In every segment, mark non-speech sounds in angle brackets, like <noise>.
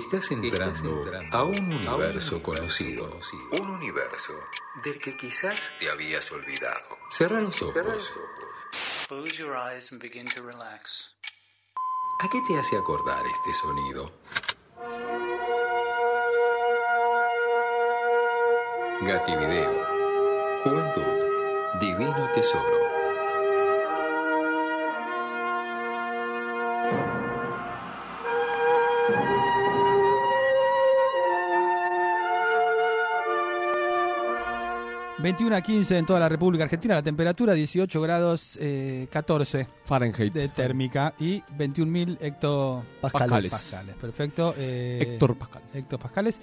Estás entrando, a un universo conocido. Un universo del que quizás te habías olvidado. Cerra los ojos. Close your eyes and begin to relax. ¿A qué te hace acordar este sonido? Gativideo. Juventud. Divino tesoro. ¿no? 21 a 15 en toda la República Argentina, la temperatura 18 grados eh, 14 Fahrenheit. de térmica y 21.000 hectopascales. Pascales. Pascales, perfecto. eh, Héctor Pascal. Héctor Pascales.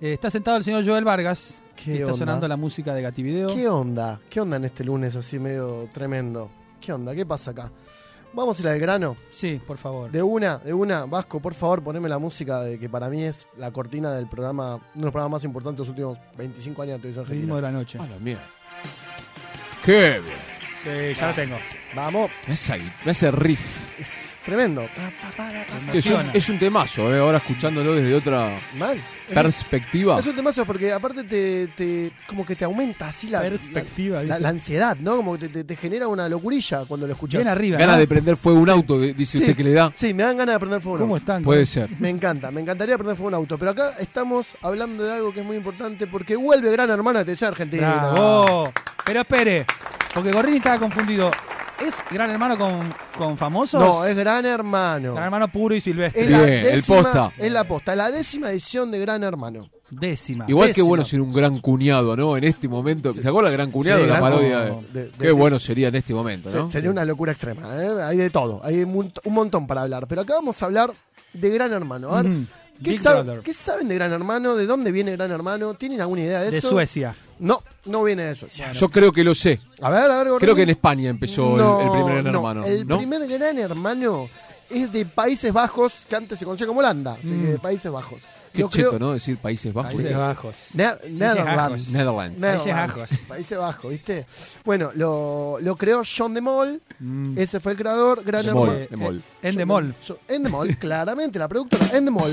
Eh, está sentado el señor Joel Vargas, ¿Qué que está onda? sonando la música de Gativideo. ¿Qué onda? ¿Qué onda en este lunes así medio tremendo? ¿Qué onda? ¿Qué pasa acá? Vamos a ir al grano. Sí, por favor. De una, de una. Vasco, por favor, poneme la música de que para mí es la cortina del programa, uno de los programas más importantes de los últimos 25 años de televisión Ritmo de argentina. la noche. A Ah, la mierda. Qué bien. Sí, ya lo tengo. Vamos, Esa gui- Ese riff. es tremendo. Sí, es, un, Emociona. es un temazo, eh, ahora escuchándolo desde otra Mal. Es un- perspectiva. Es un temazo porque aparte te, te- como que te aumenta así la, la, Perspectiva. la- dice. la ansiedad, ¿no? Como que te, te- te genera una locurilla cuando lo escuchas. Bien arriba. Ganas ¿no? de prender fuego a un auto, de- dice Sí. usted que le da. Sí, me dan ganas de prender fuego. a un ¿Cómo auto. están? Puede ser. Me encanta, me encantaría prender fuego a un auto. Pero acá estamos hablando de algo que es muy importante porque vuelve Gran Hermano de Televisión Argentina. Bravo. Pero espere, porque Gorrini estaba confundido. ¿Es Gran Hermano con, con famosos? No, es Gran Hermano. Gran Hermano puro y silvestre. Es la Bien, el décima- posta. Es la posta, es la décima edición de Gran Hermano. Décima. Igual que Décima. bueno ser un gran cuñado, ¿no? En este momento. ¿Se acuerda el gran cuñado? Sí, la gran- parodia. no, de- de- de- Qué bueno sería en este momento, Se- ¿no? sería una locura extrema, ¿eh? hay de todo, hay un, un montón para hablar. Pero acá vamos a hablar de Gran Hermano. A ver, Mm, ¿Qué, Big sabe- Brother. qué saben de Gran Hermano? ¿De dónde viene Gran Hermano? ¿Tienen alguna idea de, de eso? Suecia. No, no viene de Suecia. Yo creo que lo sé. A ver, a ver, Gorrini. Creo que en España empezó el- No, el, primer no, hermano, ¿no? El primer Gran Hermano es de Países Bajos, que antes se conocía como Holanda, así Mm. que de Países Bajos. Qué Yo cheto, creo- ¿no? Decir Países Bajos. Países Bajos. Ne- Netherlands. Netherlands. Países Netherlands. Bajos. Países Bajos, ¿viste? Bueno, lo, lo creó John de Mol, Mm. ese fue el creador, Gran De Hermano. Mol, de Mol. Endemol. Yo- Endemol, claramente, la productora Endemol.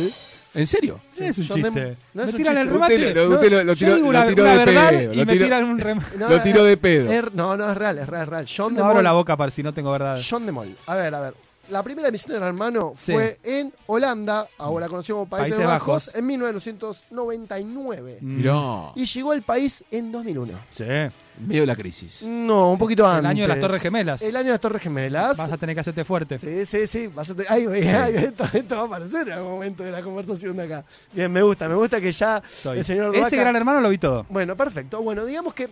¿En serio? Sí, <laughs> es un John de- chiste. no es me un tiran chiste. el remate. Usted lo- No, usted lo- lo yo tiró- digo lo una, tiró una de verdad pedo, y lo me tiró- tiran un <laughs> remate. No, Lo es- tiró de pedo. es- no, no, es real, es real, es real. John de No abro Mol- la boca para si no tengo verdad. John de Mol. A ver, a ver. La primera emisión de Gran Hermano Sí. fue en Holanda, ahora conocida como Países, Países Bajos, Bajos. en 1999. Mm. Mirá. Y llegó al país en 2001. Sí. Vas En medio de la crisis. No, un poquito antes. año de las Torres Gemelas. El año de las Torres Gemelas. a tener que hacerte fuerte. Sí, sí, sí. Vas a te- Ay, güey, ay, <laughs> esto, esto va a aparecer en algún momento de la conversación de acá. Bien, me gusta, me gusta que ya Estoy. el señor Ese Vaca- gran hermano lo vi todo. Bueno, perfecto. Bueno, digamos que.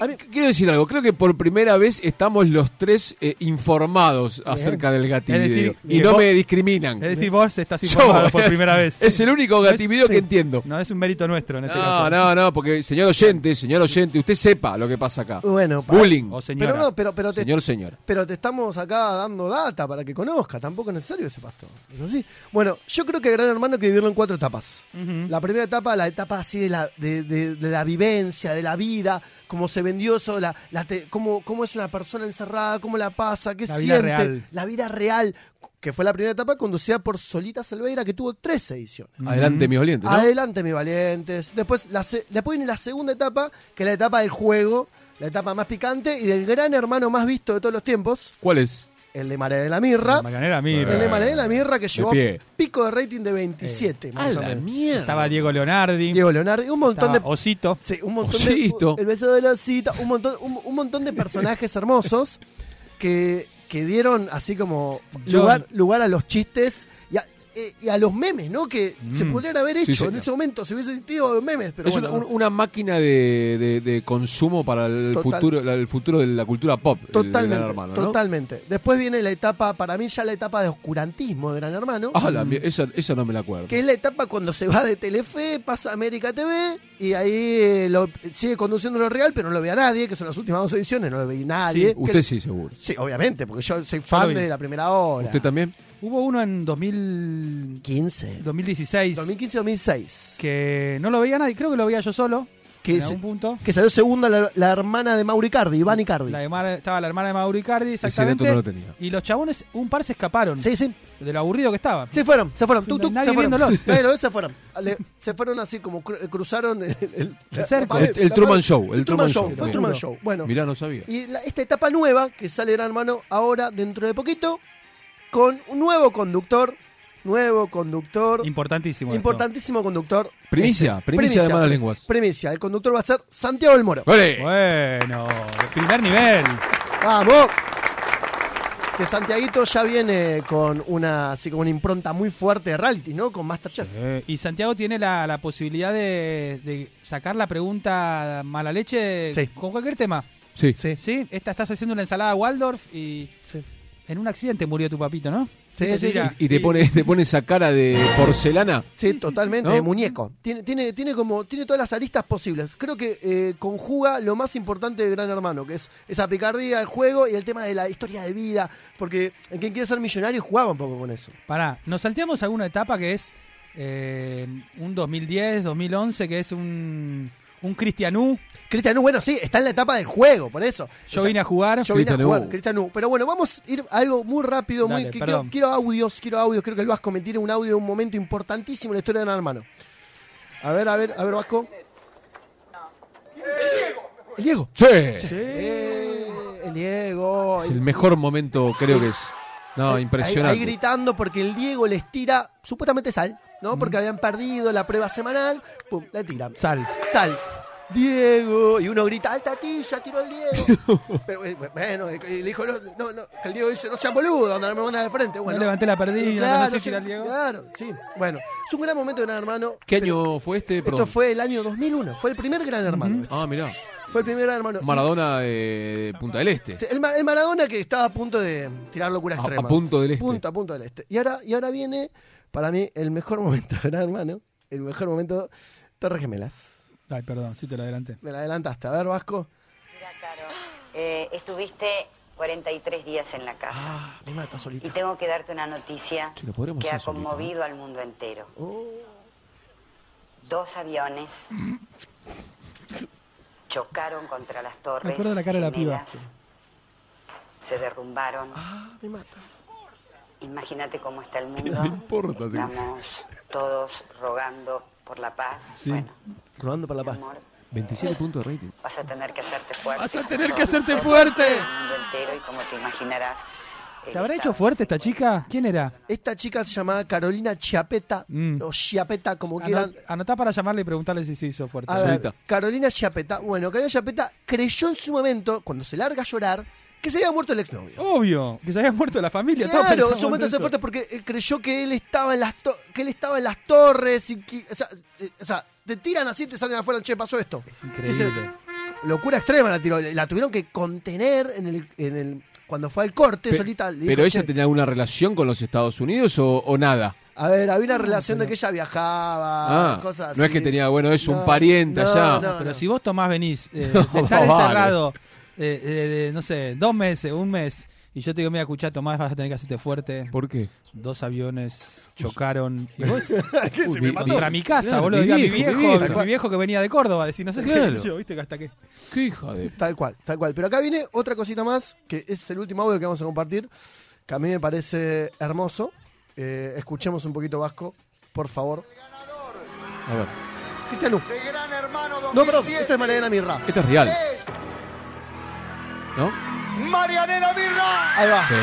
a mí- Quiero decir algo, creo que por primera vez estamos los tres eh, informados acerca del gativideo. Es decir, y que no vos- me discriminan. Es decir, vos estás Yo, informado <laughs> por primera vez. Es el único es- gativideo sí. que entiendo. No, es un mérito nuestro en este No, caso. no, no, porque señor oyente, señor oyente, usted sepa lo que pasa acá. Bueno, pa- Bullying. O señora. pero no, pero, pero te, Señor, señora. pero te estamos acá dando data para que conozca. Tampoco es necesario ese pasto. Es así. Bueno, yo creo que Gran Hermano hay que dividirlo en cuatro etapas. Ujú. La primera etapa, la etapa así de la, de, de- de la vivencia, de la vida, cómo se vendió eso, la, la te- cómo, cómo es una persona encerrada, cómo la pasa, qué La vida siente, real. la vida real, que fue la primera etapa conducida por Solita Selveira, que tuvo tres ediciones. Adelante, mis olientes, ¿no? Adelante, mis valientes. Después, la se- después viene la segunda etapa, que es la etapa del juego, la etapa más picante y del gran hermano más visto de todos los tiempos, ¿Cuál es? el de María de la La Mirra. Macanera, El de mira. María de la Mirra que llegó a pie. Eh. pico de rating de 27, más o menos. mierda. Estaba Diego Leonardi. Diego Leonardo, y un montón estaba de Osito. Sí, un montón Osito. de. El beso de la osita, un montón, un, un montón de personajes hermosos que, que dieron así como John. lugar, lugar a los chistes y a, eh, y a los memes, ¿no? Que se Mm. podrían haber Sí, hecho señor. en ese momento, se hubiese existido memes, pero es bueno. una, un- una máquina de, de- de consumo para el Total. futuro la- el futuro de la cultura pop. el de Totalmente, Gran Hermano, ¿no? totalmente. Después viene la etapa, para mí ya la etapa de oscurantismo de Gran Hermano, Ah, la mier- esa, esa no me la acuerdo. que es la etapa cuando se va de Telefe, pasa a América TV y ahí eh, lo, sigue conduciendo lo real, pero no lo ve a nadie, que son las últimas dos ediciones, no lo veía nadie. que- Usted sí, seguro. Sí, obviamente, porque yo soy Yo fan lo vi. de la primera hora. ¿Usted también? Hubo uno en 2000, 15. 2016 2015-2006. que no lo veía nadie. Creo que lo veía yo solo. que, en se- algún punto. que salió segunda la, la hermana de Mauricardi, Iván Icardi. La de Mar- estaba la hermana de Mauricardi, Ese dato exactamente. no lo tenía. Y los chabones, un par se escaparon Sí, sí. de lo aburrido que estaba. Se fueron, se fueron. Tú, tú, Nadie se fueron. viéndolos. <laughs> Nadie lo ve, se fueron. Ale- se fueron así como cru- cruzaron el, el- la- cerco. la El, pared, el la Truman pared. Show. El Truman Show. Fue Bien. Truman Show. Bueno. Mirá, no sabía. Y la- esta etapa nueva que sale Gran Hermano ahora dentro de poquito con un nuevo conductor, nuevo conductor, Importantísimo. esto. importantísimo conductor. Primicia, Este, primicia de malas lenguas. Primicia, el conductor va a ser Santiago del Moro. ¡Ole! Bueno, de primer nivel. Vamos. Que Santiaguito ya viene con una así como una impronta muy fuerte de reality, ¿no? Con Masterchef. Eh, y Santiago tiene la, la posibilidad de, de sacar la pregunta mala leche Sí. con cualquier tema. Sí. Sí. Sí, esta estás haciendo una ensalada Waldorf y Sí. en un accidente murió tu papito, ¿no? Sí, Te sí, tira. sí. Y te pone, te pone esa cara de porcelana. Sí, totalmente, ¿No? de muñeco. Tiene, tiene, tiene como, tiene todas las aristas posibles. Creo que eh, conjuga lo más importante de Gran Hermano, que es esa picardía, el juego y el tema de la historia de vida. Porque en quien quiere ser millonario jugaba un poco con eso. Pará, nos salteamos alguna etapa que es eh, un 2010, 2011, que es un, un Cristianú. Cristian U, bueno, sí, está en la etapa del juego, por eso. Yo Está- vine a jugar. yo vine Cristian a U. jugar, Cristian U. Pero bueno, vamos a ir a algo muy rápido, muy Dale, que quiero, perdón. quiero audios, quiero audios, creo que el Vasco me tiene un audio de un momento importantísimo en la historia de Gran Hermano. A ver, a ver, a ver, Vasco. El Diego. ¡Sí! Eh, el Diego. Es el mejor momento, creo que es. No, Ahí- Ahí, impresionante. gritando porque el Diego les tira supuestamente sal, ¿no? Porque habían perdido la prueba semanal, pum, la tiran. Sal. Sal. Diego. Y uno grita, alta tilla, tiró el Diego. Pero eh, bueno, eh, le dijo, no, no, no, que el Diego dice, no sean boludo, donde me mandan de frente. Bueno, no levanté la perdida, claro, no sé sí, tirar Diego. claro, sí. Bueno, es un gran momento de Gran Hermano. ¿Qué pero año fue este? Esto Perdón. fue el año 2001, fue el primer Gran Hermano. Ah, mirá. Fue el primer Gran Hermano. Maradona de Punta del Este. Sí, El, Ma- el Maradona que estaba a punto de tirar locura A- a extrema. punto del este. Punto, a punto del este. Y ahora, y ahora viene, para mí, el mejor <laughs> momento, gran hermano. El mejor momento, Torres Gemelas. Ay, perdón, sí te lo adelanté. Me la adelantaste. A ver, Vasco. Mira, Caro, eh, estuviste 43 días en la casa Ah, me mata y solita. tengo que darte una noticia Sí, lo podríamos que ha hacer solito, conmovido al mundo entero. Dos aviones chocaron contra las torres. acuerdo la cara de la piba. gemelas, Se derrumbaron. Ah, me mata. Imagínate cómo está el mundo. le importa, sí? Estamos todos rogando por la paz. Bueno, Rodando para la paz. amor, 27 puntos de rating. Vas a tener que hacerte fuerte. Vas a como tener que todos hacerte nosotros, fuerte. como El mundo entero y como te imaginarás. ¿Se el habrá estado hecho fuerte esta chica? ¿Quién era? Esta chica se llamaba Carolina Chiapeta, Mm. o Chiapeta, como quieran. Ano- Anotá para llamarle y preguntarle si se hizo fuerte. A ver, Solita. Carolina Chiapeta. Bueno, Carolina Chiapeta creyó en su momento, cuando se larga a llorar, que se había muerto el exnovio. Obvio, que se había muerto la familia. todos Claro, en pensamos su momento eso. se fuerte porque él creyó que él estaba en las to- que él estaba en las torres y que- o, sea, eh, o sea, te tiran así te salen afuera, che, pasó esto. Increíble. Dice, locura extrema la tiró, la tuvieron que contener en el, en el cuando fue al corte Pe- solita. le dijo, ¿Pero "Che, ella tenía alguna relación con los Estados Unidos o, o nada? A ver, había una relación de que ella viajaba, Ah, cosas así. no es que tenía, bueno, es un pariente no, allá. no, Pero no. si vos tomás venís eh, <laughs> de No, estar vale. encerrado, eh, eh, de, no sé, dos meses, un mes, y yo te digo, mira, escuchá, Tomás, vas a tener que hacerte fuerte. ¿Por qué? Dos aviones chocaron. ¿Y <laughs> vos? ¿Qué? Se Uy, me vi- mató. Contra mi casa, Claro, boludo. mi Era Mi viejo, mi viejo, viejo, mi tal cual. viejo que venía de Córdoba, decir, no sé Claro. qué sé yo, viste que hasta qué. ¿Qué hija de...? Tal cual, tal cual. Pero acá viene otra cosita más, que es el último audio que vamos a compartir, que a mí me parece hermoso. Eh, escuchemos un poquito Vasco, por favor. A ver, Cristian Lu. No, perdón, esta es Mariana Mirra. esta es real. ¿No? Ahí va. Sí.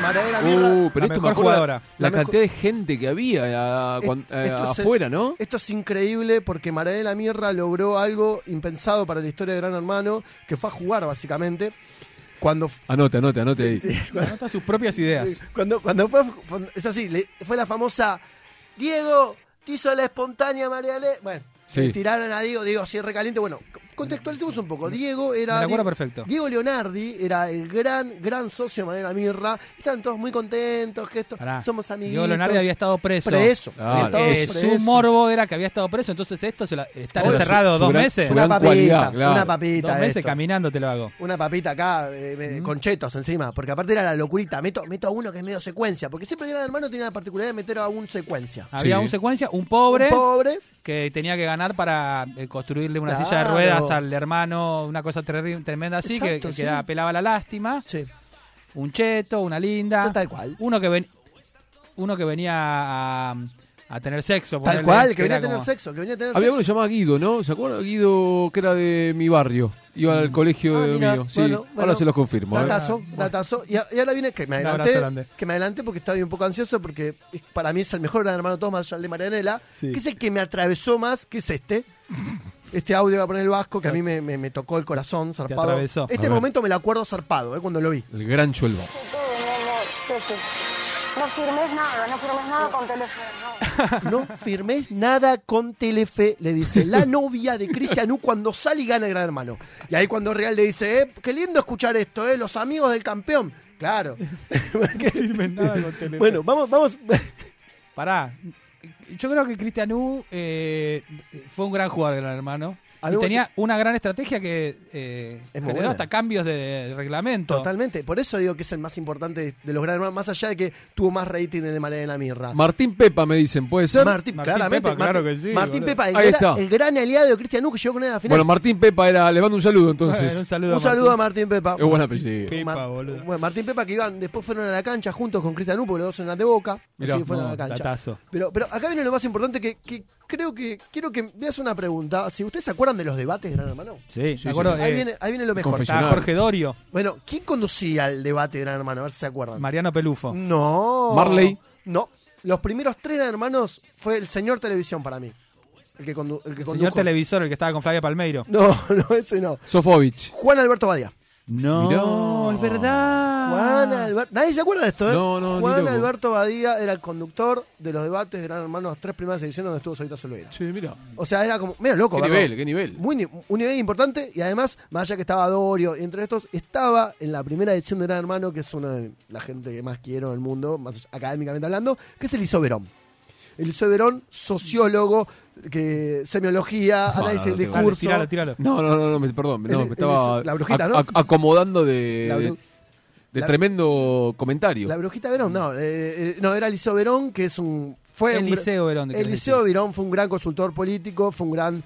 Mariana Mirra. Uh, pero La esto mejor me acuerda jugadora. la, La mejor- cantidad de gente que había ah, Es- cuan- eh, esto es- afuera, ¿no? Esto es increíble porque Mariana Mirra logró algo impensado para la historia de Gran Hermano, que fue a jugar básicamente. Cuando, f- Anote, anote, anote ahí. Anota sus propias ideas. <laughs> cuando, cuando fue, cuando- es así, le- fue la famosa Diego, te hizo la espontánea Mariana. Bueno, Sí. le tiraron a Diego, Diego así recaliente. Bueno, c- contextualicemos un poco. Diego era. Me la acuerdo Diego- perfecto. Diego Leonardi era el gran, gran socio de Mariana Mirra. Estaban todos muy contentos, que esto, Pará, somos amigos. Diego Leonardi había estado preso. Preso. Claro, había estado Eh, preso. su morbo era que había estado preso, entonces esto, se la- estar Su- su- encerrado su dos gran- meses. su Una gran papita, cualidad, claro. una papita. Dos meses esto. caminando te lo hago. Una papita acá, eh, me- con chetos encima, porque aparte era la locurita. Meto, meto a uno que es medio secuencia, porque siempre el gran hermano tenía la particularidad de meter a un secuencia. Había Sí. un secuencia, un pobre, Un pobre, que tenía que ganar para eh, construirle una Claro. silla de ruedas al hermano, una cosa terri- tremenda así, que- Exacto, que, sí. quedaba- pelaba la lástima. Sí, Un cheto, una linda. tal cual. Uno que, ven- uno que venía a, a tener sexo. Tal ponele, cual, que venía a era <laughs> tener como- sexo, que venía a tener Había sexo. uno que se llamaba Guido, ¿no? ¿Se acuerdan? Guido, que era de mi barrio. Iba al colegio Ah, de mira, mío. Sí, bueno, ahora bueno. se los confirmo. ¿eh? Datazo, datazo. Y, a- y ahora viene que me Un abrazo grande. adelanté. Que me adelanté porque estaba un poco ansioso porque es- para mí es el mejor gran hermano de todos más allá del de Marianela. Sí. Que es el que me atravesó más, que es este. Este audio va a poner el vasco que a mí me, me- me tocó el corazón zarpado. atravesó. Este A ver. momento me lo acuerdo zarpado, eh, cuando lo vi. El gran Chuelva. No firmes nada, no firmes nada con teléfono. No firmes nada con Telefe, le <laughs> dice la novia de Cristianú cuando sale y gana el Gran Hermano. Y ahí cuando Real le dice, eh, qué lindo escuchar esto, eh, los amigos del campeón. <laughs> Claro. Firmen nada <laughs> con teléfono. bueno, vamos, vamos. Pará. Yo creo que Cristian U eh, fue un gran jugador, gran hermano. A Y mí me tenía una gran estrategia que eh, Es muy generó buena. hasta cambios de, de reglamento. Totalmente, por eso digo que es el más importante de los Gran Hermanos, más allá de que tuvo más rating en el Marea de la Mirra. Martín Pepa, me dicen, ¿puede ser? Martín, Martín claramente. Pepa, claro Martín- que sí, Martín boludo. Pepa, el, Ahí gran- está. el gran aliado de Cristian U que llegó con él a la final. bueno, Martín Pepa era. Le mando un saludo entonces. Bueno, un un saludo, saludo a Martín. Martín Pepa. Es buen apellido. Pepa, Mar- boludo. bueno, Martín Pepa que iban, después fueron a la cancha juntos con Cristian U, porque los dos eran de boca. Mirá, así que fueron no, a la cancha. datazo. Pero, pero acá viene lo más importante que, que creo que quiero que me hagas una pregunta. Si ustedes se acuerdan de los debates, Gran Hermano. Sí, Sí, me acuerdo. Ahí, eh, viene, ahí viene lo mejor. confesión. estaba Jorge Dorio, Bueno, ¿quién conducía el debate, Gran Hermano? A ver si se acuerdan. Mariano Pelufo. No. Marley. No. Los primeros tres Gran hermanos fue el señor televisión para mí. El que, condu el que Señor condujo. televisor, el que estaba con Flavia Palmeiro. No, <laughs> no, ese no. Sofovich. Juan Alberto Badía. No, Mirá. es verdad. Juan Alberto. Nadie se acuerda de esto, ¿eh? Ah. No, no, ni Juan loco. Alberto Badía era el conductor de los debates de Gran Hermanos, tres primeras ediciones donde estuvo Solita Solveira. Che, mira. O sea, era como. Mira, loco, Qué verlo. nivel, qué nivel. Muy ni- un nivel importante y además, más allá que estaba Dorio, entre estos, estaba en la primera edición de Gran Hermano, que es una de la gente que más quiero en el mundo, más allá- académicamente hablando, que es Eliseo Verón. Eliseo Verón, sociólogo, que semiología, análisis del no tengo- Dale, discurso. tíralo, tíralo. No, no, no, no, me- perdón. No, Él- me estaba él es la brujita, ¿no? ac- ac- acomodando de, La de, bru- la- tremendo comentario. La brujita Verón, no, eh, eh, no, era Eliseo Verón, que es un. Fue un- Eliseo Verón, de Eliseo Verón fue un gran consultor político, fue un gran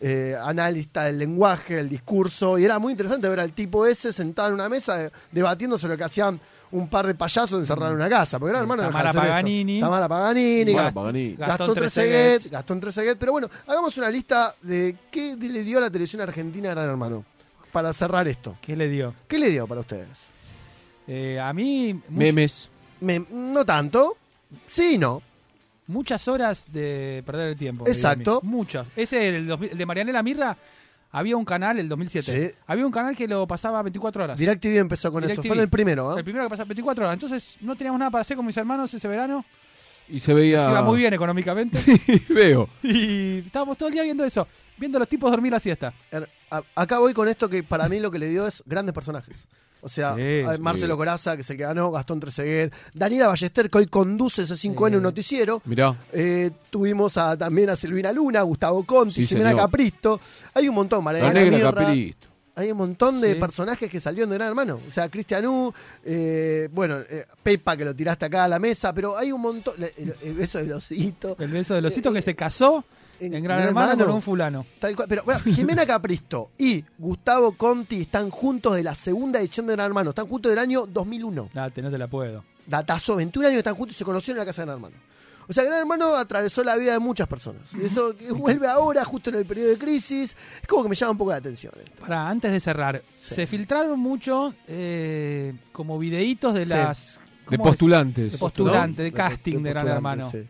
eh, analista del lenguaje, del discurso, y era muy interesante ver al tipo ese sentado en una mesa eh, debatiendo sobre lo que hacían un par de payasos encerrados en una casa. Porque era hermano no Mm. Tamara dejaba de hacer eso. Paganini. Tamara Paganini. Bueno, Gast- Pagani. Ga- Gastón, Gastón Trezeguet, Trezeguet. Gastón Trezeguet. Pero bueno, hagamos una lista de qué le dio a la televisión argentina a Gran Hermano. Para cerrar esto. ¿Qué le dio? ¿Qué le dio para ustedes? Eh, a mí, mucho- Memes. Me- no tanto. Sí, y no. muchas horas de perder el tiempo. me dio a mí. Exacto. Muchas. Ese, el, 2000 el de Marianela Mirra, había un canal, el 2007. Sí. Había un canal que lo pasaba 24 horas. DirecTV empezó con eso. DirecTV. Fue el primero, ¿eh? El primero que pasaba 24 horas. Entonces no teníamos nada para hacer con mis hermanos ese verano. Y se Se veía. iba muy <laughs> bien <laughs> económicamente. Veo. y estábamos todo el día viendo eso. Viendo a los tipos dormir la siesta. Er- a- Acá voy con esto que para mí lo que le dio es grandes personajes. O sea, Sí, eh, sí. Marcelo Coraza, que es el que ganó, Gastón Trezeguet, Daniela Ballester, que hoy conduce ese 5N un noticiero. Mirá. Eh, tuvimos a, también a Silvina Luna, Gustavo Conti, Sí, Jimena señor. Capristo. Hay un montón, La Mariana negra, Mirra. Capirito. Hay un montón de Sí. personajes que salieron de Gran Hermano. O sea, Cristian U, eh, bueno, eh, Pepa, que lo tiraste acá a la mesa, pero hay un montón. le- El, el beso del osito. El beso de los hitos que se casó Eh, en, Gran Hermano, con un fulano. Tal cual. Pero bueno, Jimena Capristo y Gustavo Conti están juntos de la segunda edición de Gran Hermano. Están juntos del año 2001. Date, no te la puedo. Datazo, 21 años están juntos y se conocieron en la casa de Gran Hermano. O sea, Gran Hermano atravesó la vida de muchas personas. <laughs> Y eso que vuelve ahora, justo en el periodo de crisis. Es como que me llama un poco la atención. esto. Para, antes de cerrar, Sí. se filtraron mucho eh, como videitos de Sí. las... De ¿cómo es? postulantes. De postulante, ¿no? de casting de, Gran postulante, Hermano. Sí,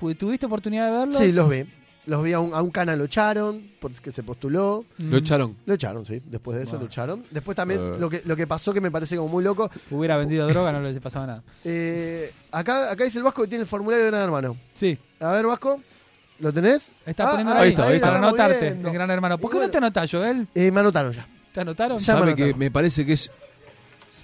Pu- ¿Tuviste oportunidad de verlos? Sí, los vi. Los vi a un, a un cana, lo echaron, porque se postuló. Mm. Lo echaron. Lo echaron, sí. Después de eso Bueno. lo echaron. Después también Eh. lo, que, lo que pasó que me parece como muy loco. Hubiera vendido droga, no les pasaba nada. Eh, acá, acá dice el Vasco que tiene el formulario de Gran Hermano. Sí, A ver, Vasco, ¿lo tenés? está Ah, poniendo ahí ahí, está, ahí está. para estamos anotarte viendo. en Gran Hermano. ¿Por Y qué bueno. no te anotás, Joel? Eh, me anotaron ya. ¿Te anotaron? Ya. Sabe Llama, que notaba. me parece que es.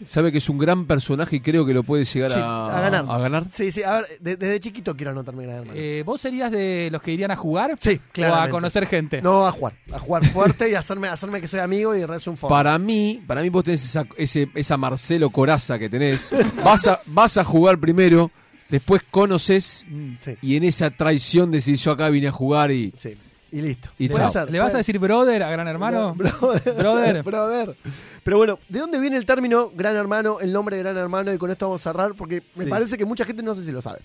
Sabe que es un gran personaje y creo que lo puede llegar Sí, a, a ganar. a ganar. Sí, sí, a ver, de- desde chiquito quiero anotarme Gran Hermano. Eh, ¿Vos serías de los que irían a jugar? sí, claro. ¿O a conocer gente? No, a jugar. A jugar fuerte y hacerme, hacerme que soy amigo y rezo un fondo. Para mí, para mí vos tenés esa, ese- esa Marcelo Coraza que tenés. Vas a, vas a jugar primero, después conoces Mm. Sí, y en esa traición decís yo acá vine a jugar y... sí. Y listo. Y Puede chao. ser, ¿Le vas a puede- decir brother a gran hermano? <laughs> Brother. Brother. <laughs> Brother. Pero bueno, ¿de dónde viene el término Gran Hermano, el nombre de Gran Hermano? Y con esto vamos a cerrar porque me Sí. parece que mucha gente no sé si lo sabe.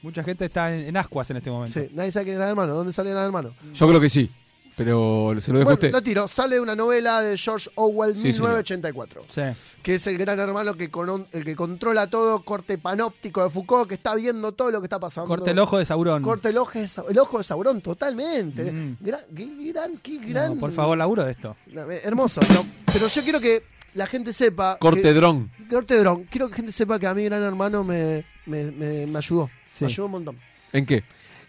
Mucha gente está en, en ascuas en este momento. Sí, nadie sabe qué es Gran Hermano. ¿Dónde sale Gran Hermano? Yo creo que sí, pero se lo dejo Bueno, a usted. lo tiro. Sale de una novela de George Orwell, Sí, 1984. Sí. que es el gran hermano que conon- el que controla todo, corte panóptico de Foucault, que está viendo todo lo que está pasando. Corte el ojo de Saurón. Corte el ojo de, Sa- el ojo de Saurón, totalmente. Mm. Gran, qué gran, qué No, gran. por favor, laburo de esto. Eh, Hermoso. no, pero yo quiero que la gente sepa. Corte que- dron. Corte dron. Quiero que la gente sepa que a mí gran hermano me, me, me- me ayudó. Sí. Me ayudó un montón. ¿En qué?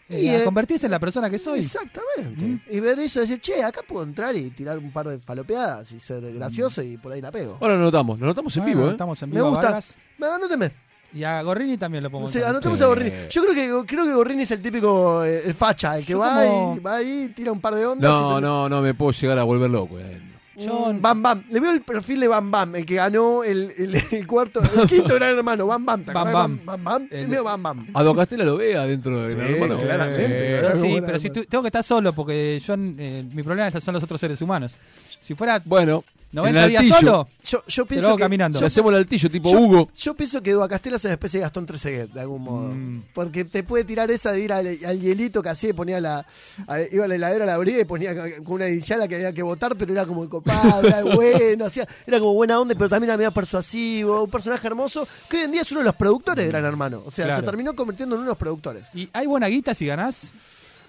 Y, Y a eh, convertirse en la persona que soy. Exactamente. Mm. Y ver eso, decir, che, acá puedo entrar y tirar un par de falopeadas y Mm. ser gracioso y por ahí la pego. Ahora lo notamos, lo notamos en Ah, Bueno, vivo, ¿eh? Estamos en Me vivo. a gusta. Vargas. Me- Anóteme. Y a Gorrini también lo pongo. Sí, en- anotemos Sí. a Gorrini. Yo creo que creo que Gorrini es el típico eh, el facha, el que Yo va, como- ahí, va ahí, tira un par de ondas. No, no, no, me puedo llegar a volver loco. eh. Yo- Bam Bam. Le veo el perfil de Bam Bam, el que ganó el, el, el cuarto, el <laughs> quinto gran hermano. Bam Bam. ¿te Bam acordás Bam. de Bam Bam. El- El mío <laughs> Bam Bam. A Docastela lo vea dentro de... Sí, hermano. claramente, Eh, Pero Claro, sí, bueno, pero si bueno. tú- tengo que estar solo porque yo eh, mi problema son los otros seres humanos. Si fuera Bueno, en 90 el días altillo. solo, Yo, yo te lo hago pienso que, caminando. Le hacemos el altillo tipo yo- Hugo. Yo pienso que Duacastela es una especie de Gastón Trezeguet, de algún modo. Mm. Porque te puede tirar esa de ir al, al hielito que hacía y ponía la. a- iba a la heladera, la abría y ponía ca- con una inicial a la que había que votar, pero era como copado, era bueno, <laughs> hacía, era como buena onda, pero también era medio persuasivo, un personaje hermoso, que hoy en día es uno de los productores de Gran Hermano. O sea, Claro. se terminó convirtiendo en uno de los productores. ¿Y hay buena guita si ganás?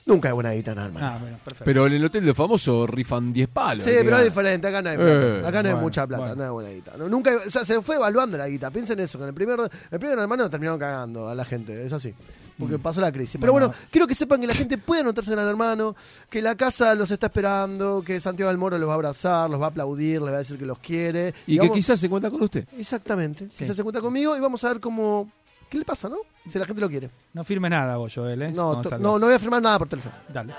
Nunca hay buena guitarra, hermano. Ah, bueno, perfecto. Pero en el hotel de famoso rifan 10 palos. ¿eh? Sí, Hay que pero es ganar. diferente, acá no hay plata. Eh, acá no hay bueno, mucha plata, bueno. no hay buena guita. No, nunca, o sea, se fue evaluando la guita. Piensen eso, con el primer, el primer hermano terminaron cagando a la gente, es así. Porque pasó la crisis. Pero Bueno. bueno, quiero que sepan que la gente puede anotarse en el hermano, que la casa los está esperando, que Santiago del Moro los va a abrazar, los va a aplaudir, les va a decir que los quiere. Y que vamos- quizás se cuenta con usted. Exactamente. Sí. Quizás se cuenta conmigo y vamos a ver cómo. ¿Qué le pasa, no? Si la gente lo quiere. No firme nada vos, Joel, ¿eh? No, Cuando to- salgas. no, no voy a firmar nada por teléfono. Dale.